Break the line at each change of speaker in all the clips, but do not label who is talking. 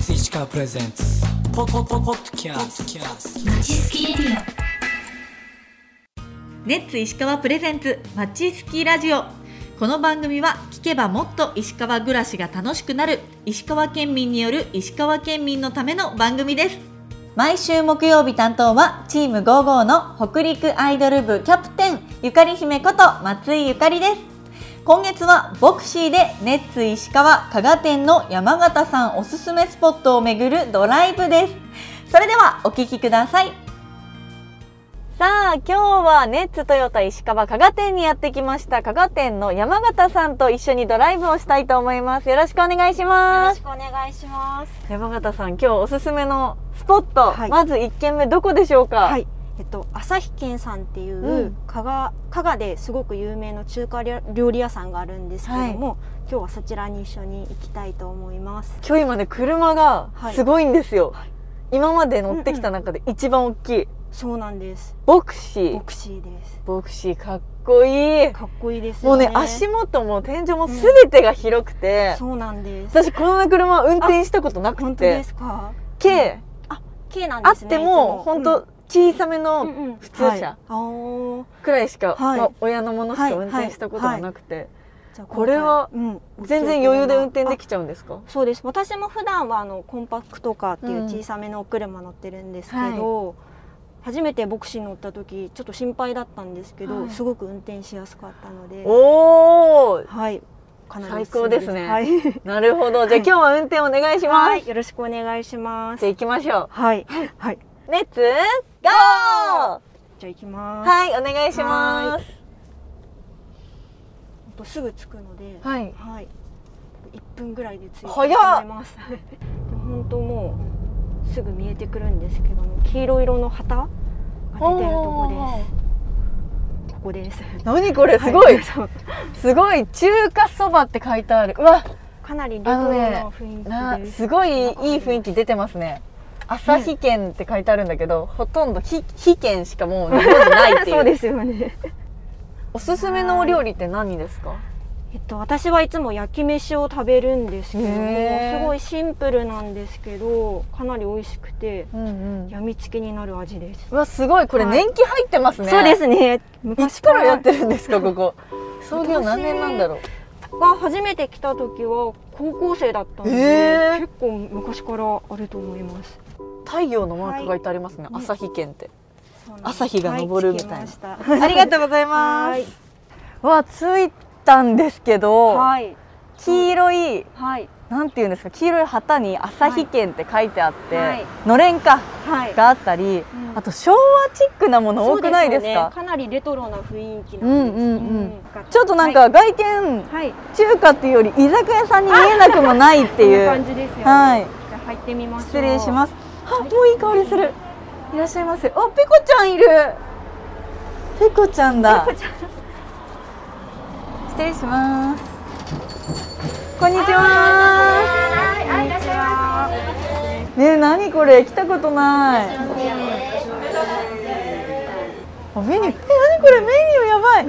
チカプレゼンツポポポポッドキャスト
マチスキレディ
ネッツ石川プレゼンツマチスキラジオこの番組は聞けばもっと石川暮らしが楽しくなる石川県民による石川県民のための番組です毎週木曜日担当はチーム55の北陸アイドル部キャプテンゆかり姫こと松井ゆかりです今月はボクシーでネッツ石川加賀店の山形さんおすすめスポットを巡るドライブですそれではお聞きくださいさあ今日はネッツトヨタ石川加賀店にやってきました加賀店の山形さんと一緒にドライブをしたいと思いますよろしくお願いし
よ
ま
ろ
す
しくお願いします。
山形さん今日おすすめのスポット、
はい
まず1軒目どこでしょうか、
はい。えっと旭県さんっていう、
うん
加賀加賀ですごく有名の中華料料理屋さんがあるんですけども、今日はそちらに一緒に行きたいと思います。
今日今ね車が
はい
すごいんですよ、今まで乗ってきた中で一番大きい、
そうなんです。
ボクシ
ボ
ー
クシーです。
ボクシーかっこいい
かっこいいです
もう
よね。
ね足元も天井も全てが広くて、
そうなんです。
私この車運転したことなく
本当で
て
すか。
K
K なん
あ
で
っ
すね。
ても本当小さめの
普
普通車
あー
くらいしか、
はい
まあ親のものしか運
はいは
転
い
したことがなくて、
じゃあ
これは
今回うん
全然余裕で運転で
き
きちゃうんですか
そうです私も普段はあのコンパクトカーってい
う
う
ん
小さめのお車乗ってるんですけど、初めてボクシー乗った時ちょっと心配だったんですけど、
はい
すごく運転しやすかったので
おお
はいかなり
最高ですね
はい、
なるほどじゃあ今日は運転お願いします、
はい、よろしくお願いしま
じゃ
す
あ行きましょ
はいはい、
うレッツゴー
じゃあ行きます、
はいお願いします
ほんとすぐ着くので
はい
はい、1分ぐらいで着いて
早っ
思います。 本当もうすぐ見えてくるんですけども、黄色色の旗が出てるとこです。ここです。
何これすごい、
はそう
すごい中華そばって書いてあるうわ
かなりレトロな雰囲
な
気です。
すごいいい雰囲気出てますね旭県って書いてあるんだけど、ほとんどひ非県しかもう日本にないっていう
そうですよね。
おすすめのお料理って何ですか
えっと私はいつも焼き飯を食べるんですけど
へー
も、すごいシンプルなんですけど、かなり美味しくて
うんうん
やみつきになる味です。
うわすごいこれ
はい
年季入ってますね、
そうですね。
い
昔
つからやってるんですかここ創業何年なんだろう
が初めて来た時は高校生だったので、
えー
結構昔からあると思います。
太陽のマークがいてありますね、
はい
旭県って朝日が昇るみたいな
は着きま
ありがとうござい
は
ま
い
す。わ、着いたんですけど、
はい
黄色い、
はい
なんていうんですか、黄色い旗に旭県って書いてあって、
はい
のれんか
はい。
があったり、
うん
あと昭和チックなもの多くないです
そうよね
か。
かなりレトロな雰囲気
う
なんです。
んうんうんち
ち
ょっとなんか外見、
はい、はい、
中華っていうより居酒屋さんに見えなくもないって
こん
い
な感
う。
じですよね。
はい、
じゃあ入ってみましょう。
失礼します。あ、もういい香りする。いらっしゃいませ。あ、ペコちゃんいる。ペコちゃんだ。
ちゃん
失礼します。こんにちは。
はい、いらっしゃいま
ねえ、何これ、来たことない。あメニュー、え、何これ、メニューやばい。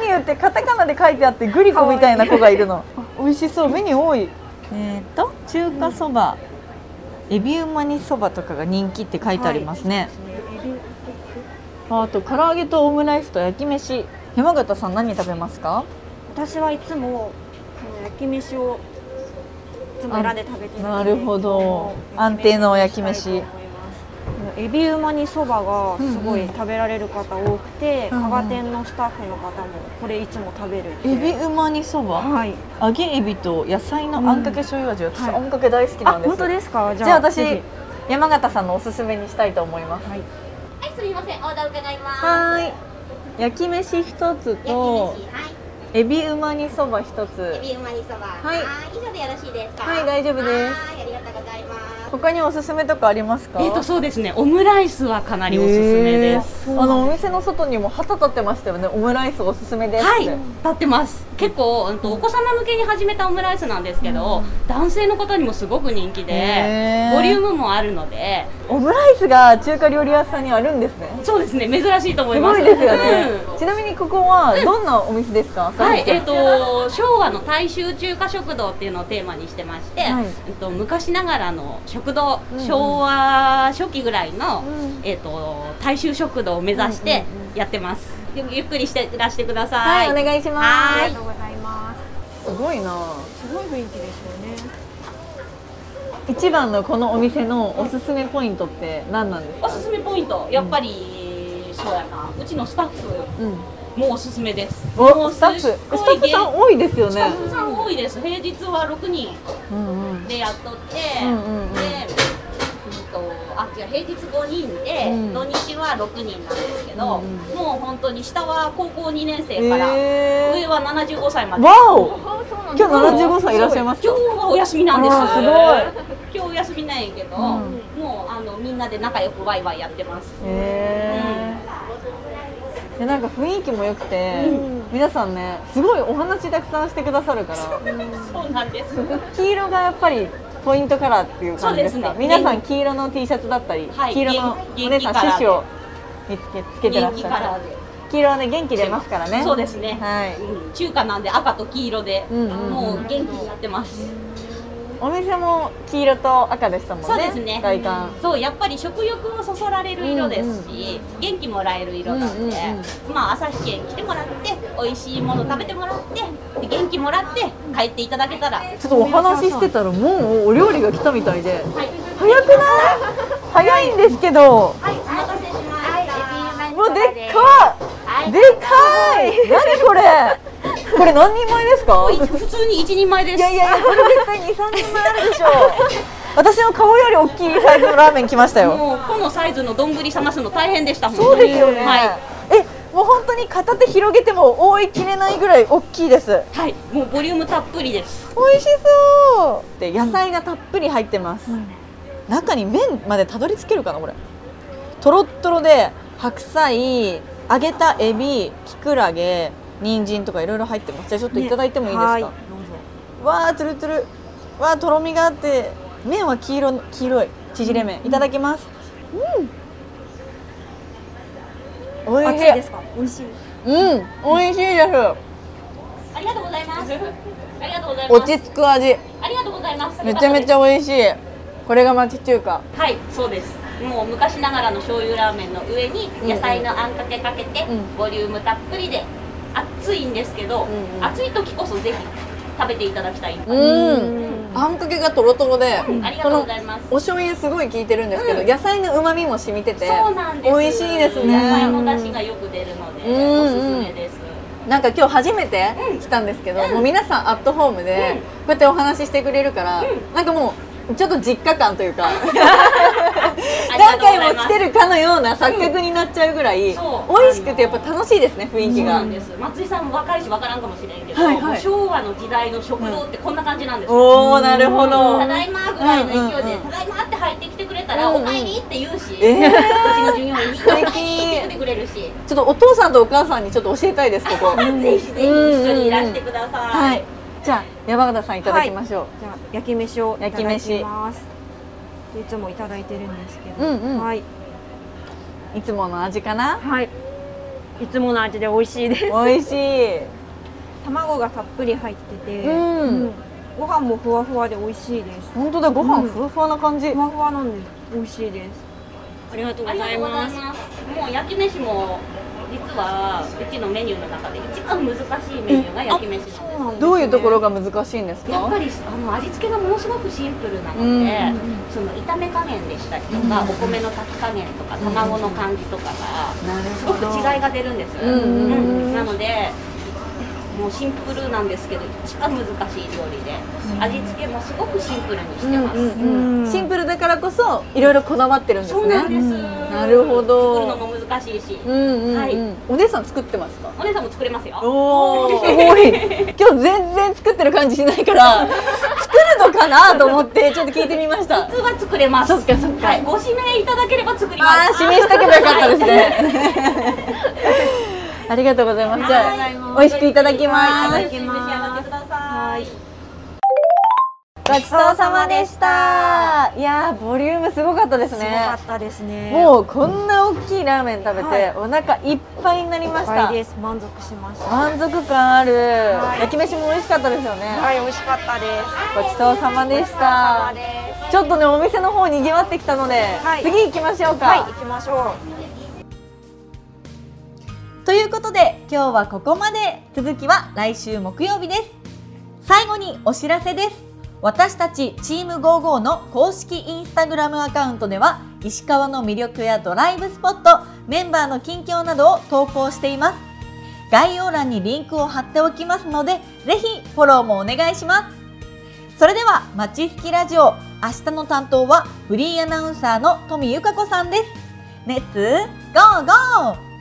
メニューってカタカナで書いてあって、グリコみたいな子がいるの。あ美味しそう、メニュー多い。えっと、中華そば。エビうま煮そばとかが人気って書いてありますね。あと、唐揚げとオムライスと焼き飯。山形さん、何食べますか。
私はいつもこの焼き飯をいつも選んで食べてるので
あなるほど
この
安定の焼き飯
したいと思いますこのエビうま煮そばがすごい食べられる方多くて、
うんうん
加賀店のスタッフの方もこれいつも食べるって
エビうま煮そば。
はい
揚げエビと野菜のあんかけ醤油味、私
はい
あんかけ大好き
あ
なんです
本当ですか
じ
じゃあ
ゃあ私
ぜ
山形さんのおすすめにしたいと思います
ひはい
はい、すみません、オーダー伺います。
はーい焼き飯一つ
焼き飯、
と
は
エビうま煮そば一つ
い、エビうま煮そば。
い
以上でよろしいですか。
はい大丈夫です
はい、ありがとうございます。
他におすすめとかありますか
えー、とそうですねオムライスはかなりおすすめです、
へーあのお店の外にも旗立ってましたよねオムライスおすすめですっ
はい
て、
立ってます結構、うん、とお子様向けに始めたオムライスなんですけど、男性の方にもすごく人気
へ
で
ー
ボリュームもあるので
オムライスが中華料理屋さんにあるんですね
そうですね珍しいと思い
す
ま
ご
す
いですよね、
うん
ちなみにここはどんなお店ですか、旭
はい、えっ、と昭和の大衆中華食堂っていうのをテーマにしてまして、
はい
えっと昔ながらの食堂、
うんうん
昭和初期ぐらい
う
の、
ん
えっ、と大衆食堂を目指して
うんうんうん
やってます。ゆゆっくりしていらしてくださ。
はいい、お願いします。
は
あ
い
りがとうございます
ごいな
す。すごい雰囲気ですよね。
一番のこのお店のおすすめポイントって何なんですか
おすすめポイント、やっぱり、そうやな、うちのスタッフ
うん
もおすすめです。も
お
う
スタッフ
すっ
スタ
ご
ッ
い
フさん多いですよ
スタ
ね
ッフさん多いです。平日は6人
うんうん
でやっとって、
うんうんうん
で、うんと、あ、違う、平日5人で、
うん
土日は6人なんですけど、
うんう
もう本当に下は高校2年生から、上
え
は75歳ま
ー、
で。
わお
あ、そうなん
今日75歳いらっしゃいますか
今日はお休みなんです。
あ
すごい。今日お休みなんやけど、
ん
もうあのみんなで仲良くワイワイやってます。
へえでなんか雰囲気も良くて、皆さんねすごいお話たくさんしてくださるから
そうなんです。
黄色がやっぱりポイントカラーっていう感じですか
そうですね
皆さん黄色の T シャツだったり、
はい
黄色の
元
お姉さん
元気カラーで
シュシュを見つけつけてら
人
っ
気
し
カ
ゃ
ラ
る
ーで。
黄色はね元気出ますからね
そうですね。
はい
うん中華なんで赤と黄色で、
うんうんうん
もう元気になってます。
お店も黄色と赤でしたもんね
そうですね
外観
そうやっぱり食欲をそそられる色ですし、元気もらえる色なんで、
うんうん
まあ朝日県来てもらって美味しいもの食べてもらって元気もらって帰っていただけたら。
ちょっとお話ししてたらもうお料理が来たみたいで
はい。
早くない早いんですけど
はい、お待たせしました。
もうでっかいでかい何これこれ何人前ですか
い普通に一人前です。
いやいやいやこれ絶対23人前あるでしょ私の顔より大きいサイズのラーメン来ましたよ
もうこのサイズの丼冷ますの大変でしたもん。
そうですよね、
はい。
えもう本当に片手広げても覆いきれないぐらい大きいです
はい。もうボリュームたっぷりです。
美味しそうで野菜がたっぷり入ってます、中に麺までたどり着けるかなこれとろっとろで白菜揚げたエビきくらげ人参とかいろいろ入ってますじゃあちょっといただいてもいいですか、
ねはい
わあつるつるわあとろみがあって麺は黄色の黄色い縮れ麺、いただきますうん、おいしい
か。美味しい。
うんおいしいです
ありがとうございます。ありがとうございま
落
す。
ち着く味
ありがとうございます。
めちゃめちゃ美味しいこれが町中華
はい、そうです。もう昔ながらの醤油ラーメンの上に
んうん
野菜のあんかけかけて、
うん
ボリュームたっぷりで熱いんですけど、
んうん
暑い時こそぜひ食べていただきたい。
うん、あんかけがとろとろで、
ありがとうございます。
お醤油すごい効いてるんですけど、野菜の旨味も染みてて
そうなんです。
美味しいですね
野菜の出汁がよく出るので、
うん
おすすめです。
なんか今日初めて来たんですけど、もう皆さんアットホームでこうやってお話ししてくれるから、なんかもうちょっと実家感というか
ありが
何
とうござ
回
い
も
ま
来
す
てるかのような錯覚になっちゃうぐらい、
んそう
美味しくてやっぱ楽しいですね雰囲
そ
気
う
が、
なんです。松井さんも若いしわからんかもしれんけど、
はいはい
昭和の時代の食堂ってこんな感じなんですよ。
おおなるほど、
ただいまぐらいの勢いで、
うんうんうん
ただいまって入ってきてくれたら、
うんうん
おかえりって言うし、
えー
うちの従業員みんなおかえりって言ってくれるし、
ちょっとお父さんとお母さんにちょっと教えたいですここ
ぜひぜひ一緒にいらしてください。
はいじゃあ山形さんいただきましょう、
じゃあ焼き飯をいただきます。
焼き
いつもいただいてるんですけど。
うんうん
はい。
いつもの味かな
はい。いつもの味で美味しいです。
美味しい。
卵がたっぷり入ってて、
うん
ご飯もふわふわで美味しいです。
本当だ、ご
うん
飯ふわふわな感じ。
ふわふわなんです。美味しいです。ありがとう
ありがとうございます。もう焼き飯も実はうちのメニューの中で一番難しいメニューが焼き飯なんです。
そうなんです、ね。
どういうところが難しいんです
やっぱ
か。
りあの味付けがものすごくシンプルなので、
うんうん
その炒め加減でしたりとか、お米の炊き加減とか卵の感じとかが
なる
すごく違いが出るんです、
うんうんうん
なのでもうシンプルなんですけど一番難しい料理で味付けもすごくシンプルにしてます、
うんうん、シンプルだからこそ、いろいろこだわってるんですね。
そうなんです、
なるほど
作るのも難しいし、
うんうん、うん
はい
お姉さん作ってますか。
お姉さんも作れますよ
おお、すごい。今日全然作ってる感じしないから。作るのかなと思って、ちょっと聞いてみました。
普通は作れます
そっかそっか
はい、ご指名いただければ作ります
ああ、指名しとけばよかったですね。 ありがとうございます。じゃあ、美味しくいただきます。
はい、召し上がってください
ごちそうさまでしたいやーボリュームすごかったです
すごか
ね
ったですね。う
もうこんな大きいラーメン食べて、
はい
お腹いっぱいになりまし
い
た
っぱいです。満足しました。
満足感ある、
い
焼き飯も美味しかったですよね、
はい、美味しかったです。
ごちそうさまでし
さ
た
まです。
ちょっとねお店の方にぎわってきたので、
はい
次行きましょうか、
はい、行きましょう。
ということで今日はここまで続きは来週木曜日です最後にお知らせです私たちチーム55の公式インスタグラムアカウントでは石川の魅力やドライブスポットメンバーの近況などを投稿しています概要欄にリンクを貼っておきますのでぜひフォローもお願いしますそれではまちすきラジオ明日の担当はフリーアナウンサーの富由香子さんですレッツゴーゴー